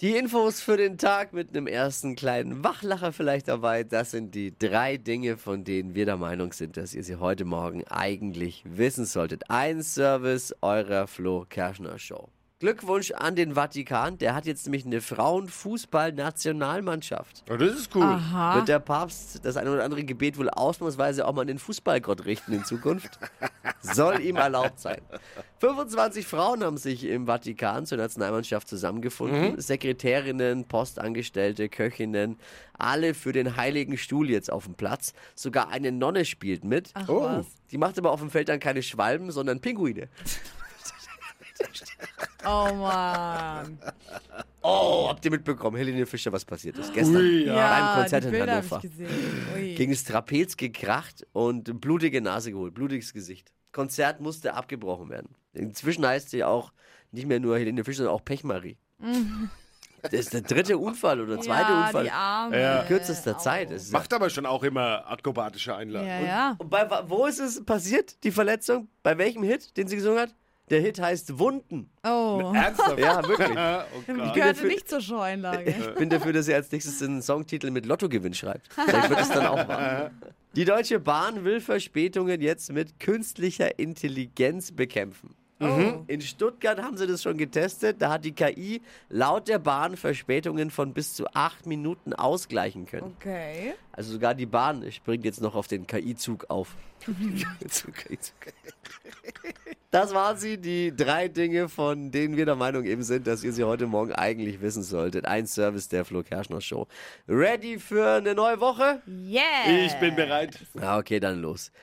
Die Infos für den Tag mit einem ersten kleinen Wachlacher vielleicht dabei. Das sind die drei Dinge, von denen wir der Meinung sind, dass ihr sie heute Morgen eigentlich wissen solltet. Ein Service eurer Flo Kerschner Show. Glückwunsch an den Vatikan. Der hat jetzt nämlich eine Frauenfußball-Nationalmannschaft. Oh, das ist cool. Wird der Papst das eine oder andere Gebet wohl ausnahmsweise auch mal an den Fußballgott richten in Zukunft? Soll ihm erlaubt sein. 25 Frauen haben sich im Vatikan zur Nationalmannschaft Mhm. zusammengefunden. Sekretärinnen, Postangestellte, Köchinnen, alle für den Heiligen Stuhl jetzt auf dem Platz. Sogar eine Nonne spielt mit. Ach Oh. was. Die macht aber auf dem Feld dann keine Schwalben, sondern Pinguine. Oh Mann. Oh, habt ihr mitbekommen, Helene Fischer, was passiert ist gestern? Ui, Ja, ja. Beim Konzert die in Bilder habe Hannover. ich gesehen. Ui. gegen das Trapez gekracht und blutige Nase geholt, blutiges Gesicht. Konzert musste abgebrochen werden. Inzwischen heißt sie auch nicht mehr nur Helene Fischer, sondern auch Pechmarie. Das ist der dritte Unfall oder zweite ja, Unfall Die Arme. Ja. in kürzester Au. Zeit. Es ist Macht aber schon auch immer akrobatische Einlagen. Ja, ja. und bei, wo ist es passiert, die Verletzung? Bei welchem Hit, den sie gesungen hat? Der Hit heißt Wunden. Oh. Ernsthaft? Ja, wirklich. Ja, oh Ich Gott. gehörte dafür- nicht zur Scheunlage. Ich bin dafür, dass ihr als nächstes einen Songtitel mit Lottogewinn schreibt. Vielleicht wird es dann auch machen. Die Deutsche Bahn will Verspätungen jetzt mit künstlicher Intelligenz bekämpfen. Oh. In Stuttgart haben sie das schon getestet. Da hat die KI laut der Bahn Verspätungen von bis zu acht Minuten ausgleichen können. Okay. Also sogar die Bahn springt jetzt noch auf den KI-Zug auf. Zug, KI-Zug. Das waren sie, die drei Dinge, von denen wir der Meinung eben sind, dass ihr sie heute Morgen eigentlich wissen solltet. Ein Service der Flo Kerschner Show. Ready für eine neue Woche? Yeah. Ich bin bereit. Na, okay, dann los.